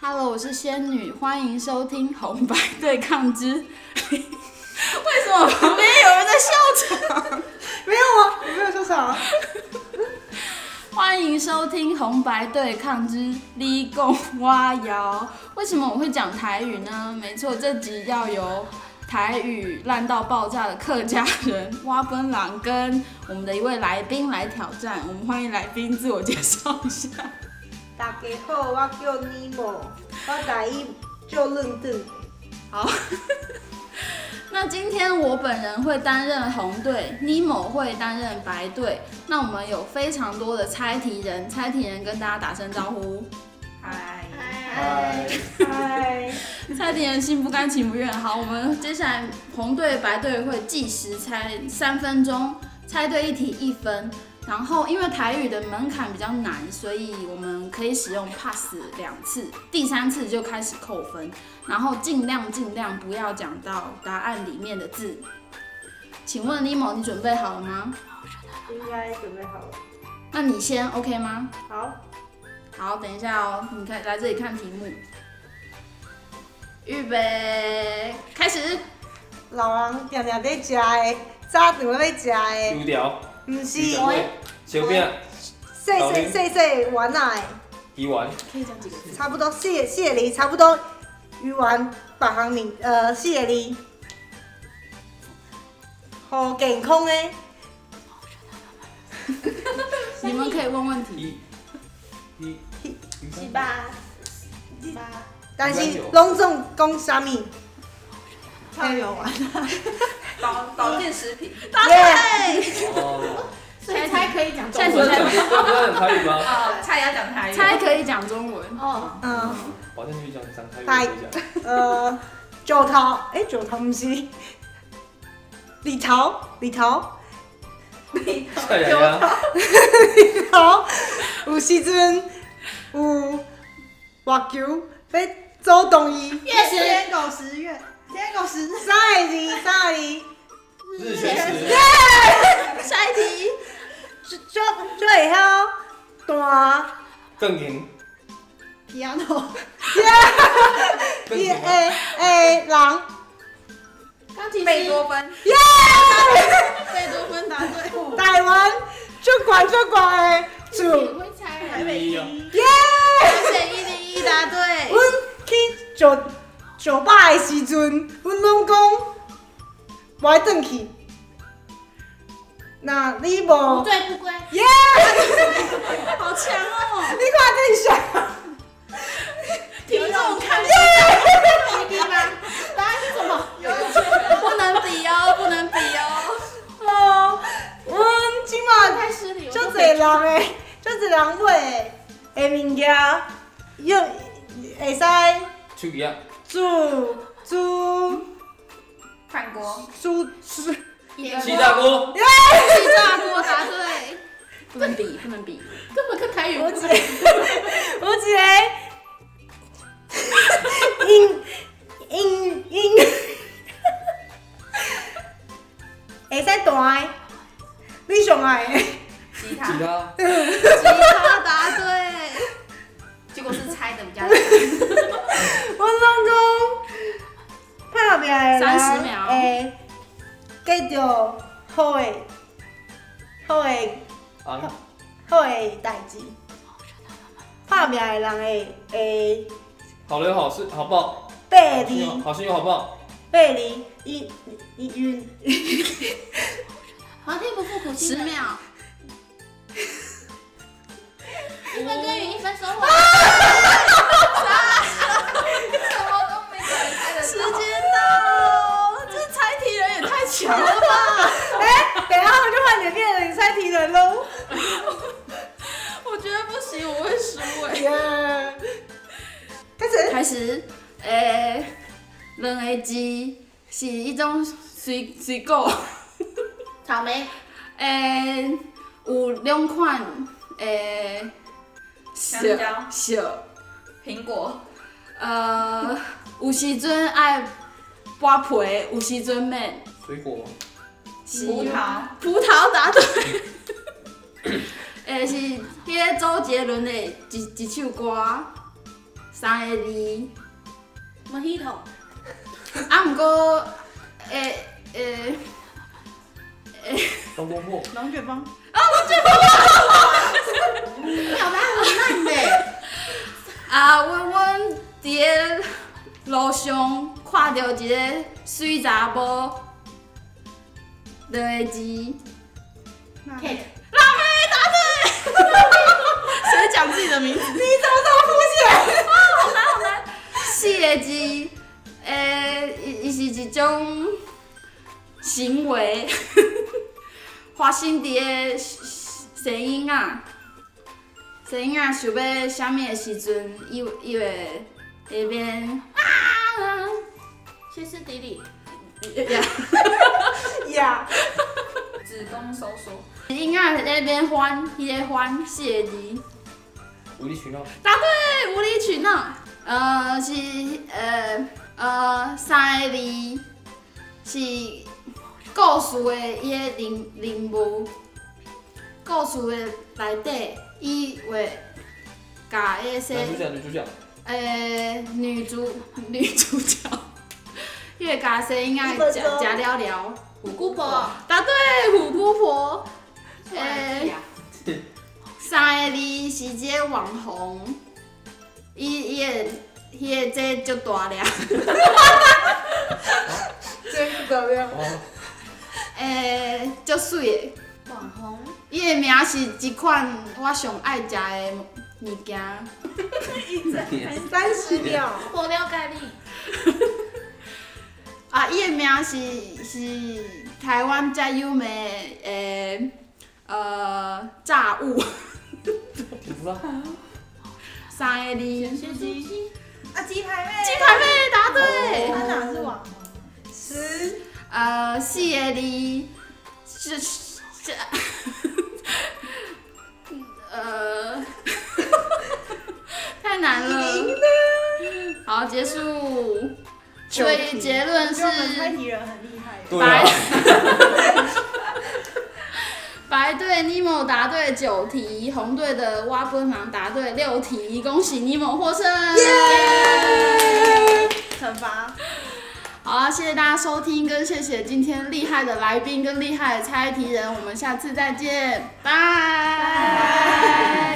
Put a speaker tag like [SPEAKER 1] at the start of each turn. [SPEAKER 1] Hello，我是仙女，欢迎收听红白对抗 之。为什 么旁边有人在笑场？
[SPEAKER 2] 没有啊，我没有说啥。
[SPEAKER 1] 欢迎收听红白对抗之立共蛙摇。为什么我会讲台语呢？没错，这集要由台语烂到爆炸的客家人蛙奔狼跟我们的一位来宾来挑战。我们欢迎来宾自我介绍一下。
[SPEAKER 2] 大家好，我叫尼莫，我大一就认定。
[SPEAKER 1] 好， 那今天我本人会担任红队，尼某会担任白队。那我们有非常多的猜题人，猜题人跟大家打声招呼。
[SPEAKER 2] 嗨
[SPEAKER 3] 嗨，
[SPEAKER 2] 嗨，
[SPEAKER 1] 猜题人心不甘情不愿。好，我们接下来红队、白队会计时猜三分钟，猜对一题一分。然后因为台语的门槛比较难，所以我们可以使用 pass 两次，第三次就开始扣分。然后尽量尽量不要讲到答案里面的字。请问 Nemo，你准备好了吗？
[SPEAKER 2] 应该准备好了。
[SPEAKER 1] 那你先 OK 吗？
[SPEAKER 2] 好，
[SPEAKER 1] 好，等一下哦，你看来这里看题目。预备，开始。
[SPEAKER 2] 老人常常在食的，早顿在食的，
[SPEAKER 3] 油条、
[SPEAKER 2] 毋是
[SPEAKER 3] 鱼肠小饼、
[SPEAKER 2] 细细细细丸仔
[SPEAKER 3] 鱼丸、
[SPEAKER 1] 可以讲几个字
[SPEAKER 2] 的，？差不多四个四个字，差不多鱼丸别项面呃四个字，好健康的，
[SPEAKER 1] 你们可以问问题。
[SPEAKER 3] 一、一、一
[SPEAKER 4] 是？吧？是吧？
[SPEAKER 2] 但是拢总讲啥物？
[SPEAKER 4] 酱 油丸，保保健食品，
[SPEAKER 1] 答 对。
[SPEAKER 3] 哦，
[SPEAKER 4] 所以才可以讲
[SPEAKER 1] 下一
[SPEAKER 3] 不
[SPEAKER 1] 题，
[SPEAKER 3] 能讲，
[SPEAKER 1] 下一题
[SPEAKER 3] 不能讲台语吗？
[SPEAKER 4] 哦，菜要讲台语。
[SPEAKER 1] 猜可以讲中文。
[SPEAKER 4] 哦，
[SPEAKER 2] 嗯。
[SPEAKER 3] 保证去讲讲台语，
[SPEAKER 2] 嗨
[SPEAKER 3] 我讲
[SPEAKER 2] 呃，石头，诶，石头毋是，里头，里头，
[SPEAKER 3] 菜来呀，
[SPEAKER 2] 里头， 有时阵有月球要走动伊，
[SPEAKER 4] 月食
[SPEAKER 2] 狗食月，天狗食，三个字，三个字，
[SPEAKER 3] 日全食，
[SPEAKER 1] 下一题，
[SPEAKER 2] 最最最会晓弹
[SPEAKER 3] 更赢，
[SPEAKER 2] piano，
[SPEAKER 3] 更
[SPEAKER 2] 诶
[SPEAKER 3] 赢，
[SPEAKER 2] 诶诶，人，
[SPEAKER 4] 钢琴贝多芬，
[SPEAKER 2] 耶，
[SPEAKER 4] 贝多芬答对。
[SPEAKER 2] 台湾最悬最悬的
[SPEAKER 4] 你
[SPEAKER 2] 厝，
[SPEAKER 4] 会猜台
[SPEAKER 3] 北一哦
[SPEAKER 2] 耶，
[SPEAKER 4] 北一零一答对。
[SPEAKER 2] 阮去酒酒吧的时阵，阮拢讲无爱转去。那你无
[SPEAKER 4] 醉不归。
[SPEAKER 2] 耶
[SPEAKER 1] 好强哦！
[SPEAKER 2] 你看这是啥？
[SPEAKER 4] 听众看。
[SPEAKER 1] 这地方答案是什么？不能比哦，不能比哦，
[SPEAKER 2] 哦，阮即满
[SPEAKER 4] 太失礼
[SPEAKER 2] 足侪人诶，足侪人买诶物件，又会使
[SPEAKER 3] 手机啊，
[SPEAKER 2] 煮煮
[SPEAKER 4] 韩国。
[SPEAKER 2] 煮煮。
[SPEAKER 4] 一
[SPEAKER 3] 气炸锅，
[SPEAKER 1] 气炸锅答对，不能比，不能比，
[SPEAKER 4] 根本跟台语
[SPEAKER 2] 我
[SPEAKER 4] 不
[SPEAKER 2] 一
[SPEAKER 4] 知
[SPEAKER 2] 个，我一个音音音，会使弹的，你上爱的，
[SPEAKER 4] 吉
[SPEAKER 3] 吉
[SPEAKER 4] 他，
[SPEAKER 3] 他，
[SPEAKER 1] 吉他答对。
[SPEAKER 4] 结果是猜的比较。
[SPEAKER 2] 我拢讲，打拼的人
[SPEAKER 1] 30秒
[SPEAKER 2] 会结着好的、好的、
[SPEAKER 3] 昂，
[SPEAKER 2] 好的代志。打拼的人会会
[SPEAKER 3] 好人好事好报，
[SPEAKER 2] 爬
[SPEAKER 3] 好
[SPEAKER 4] 哦
[SPEAKER 3] 心
[SPEAKER 2] 字
[SPEAKER 3] 有、好心有好报，
[SPEAKER 2] 爬字，伊伊运
[SPEAKER 4] 皇天不负苦
[SPEAKER 1] 十
[SPEAKER 4] 心人，
[SPEAKER 1] 秒，
[SPEAKER 4] 一分耕耘一分收获。什么都没有人猜得
[SPEAKER 1] 时
[SPEAKER 4] 到。
[SPEAKER 1] 间到，这猜题人也太强了吧！
[SPEAKER 2] 哎，等一下我就换你变成猜题人喽。
[SPEAKER 1] 我觉得不行，我会输哎。
[SPEAKER 2] 耶！开始。
[SPEAKER 1] 开始，诶、两个字是一种水水果，
[SPEAKER 4] 草莓。
[SPEAKER 1] 诶、有两款，诶、
[SPEAKER 4] 香蕉
[SPEAKER 1] 小，小
[SPEAKER 4] 苹果，
[SPEAKER 1] 呃，有时阵爱剥皮，有时阵免。
[SPEAKER 3] 水果，
[SPEAKER 1] 是
[SPEAKER 4] 葡萄，
[SPEAKER 1] 葡萄答 对。诶、是迄个周杰伦的一一首歌，《三个字。
[SPEAKER 4] Mojito，
[SPEAKER 1] 啊，毋过诶诶，
[SPEAKER 3] 东坡破，
[SPEAKER 4] 龙卷风，
[SPEAKER 2] 表达很烂呢。
[SPEAKER 1] 啊，阮阮伫个路上看到一个水查某，两个字。
[SPEAKER 4] 谁讲自己的名字？
[SPEAKER 1] 四个字，诶、伊伊是一种行为，发生伫个生婴仔，生婴仔想要啥物的时阵，伊伊会那边啊，
[SPEAKER 4] 歇斯底里，
[SPEAKER 2] 呀，
[SPEAKER 4] 子宫收缩，
[SPEAKER 1] 婴仔在那边翻，伊在翻四个字。
[SPEAKER 3] 无理取闹，
[SPEAKER 1] 答对，无理取闹。呃，是呃呃三个字是故事的伊个人人物，故事的内底，伊会甲迄
[SPEAKER 3] 男
[SPEAKER 1] 些
[SPEAKER 3] 主角女主角，
[SPEAKER 1] 呃女主女主角，伊会甲些应该
[SPEAKER 2] 一分
[SPEAKER 1] 食
[SPEAKER 2] 钟
[SPEAKER 1] 食了了。
[SPEAKER 4] 虎姑婆，
[SPEAKER 1] 答对，虎姑婆。
[SPEAKER 4] 哎呀，
[SPEAKER 1] 三个字是一个网红，伊伊的伊的这足大俩，
[SPEAKER 2] 这个怎么样？
[SPEAKER 3] 哦，
[SPEAKER 1] 诶，足水的。
[SPEAKER 4] 网红，
[SPEAKER 1] 伊的名是一款我上爱食的物件，
[SPEAKER 2] 三十秒，
[SPEAKER 4] 火料概念，
[SPEAKER 1] 啊，伊的名是是台湾才有的诶呃炸物，
[SPEAKER 3] 你不知道？
[SPEAKER 1] 三个字。鸡
[SPEAKER 4] 咸酥鸡，
[SPEAKER 5] 啊，鸡排妹，
[SPEAKER 1] 排妹答对，
[SPEAKER 5] 她哪是网红？
[SPEAKER 2] 十
[SPEAKER 1] 呃，四个字是是是，呃，太难了。好，结束。所以结论
[SPEAKER 5] 我觉得我们猜
[SPEAKER 1] 是，
[SPEAKER 5] 题人很厉害耶。
[SPEAKER 3] 对啊，
[SPEAKER 1] 白队尼莫答对九题，红队的挖波芒答对六题，恭喜尼莫获胜。
[SPEAKER 5] 惩罚，
[SPEAKER 1] 好啊，谢谢大家收听，跟谢谢今天厉害的来宾跟厉害的猜题人，我们下次再见，拜。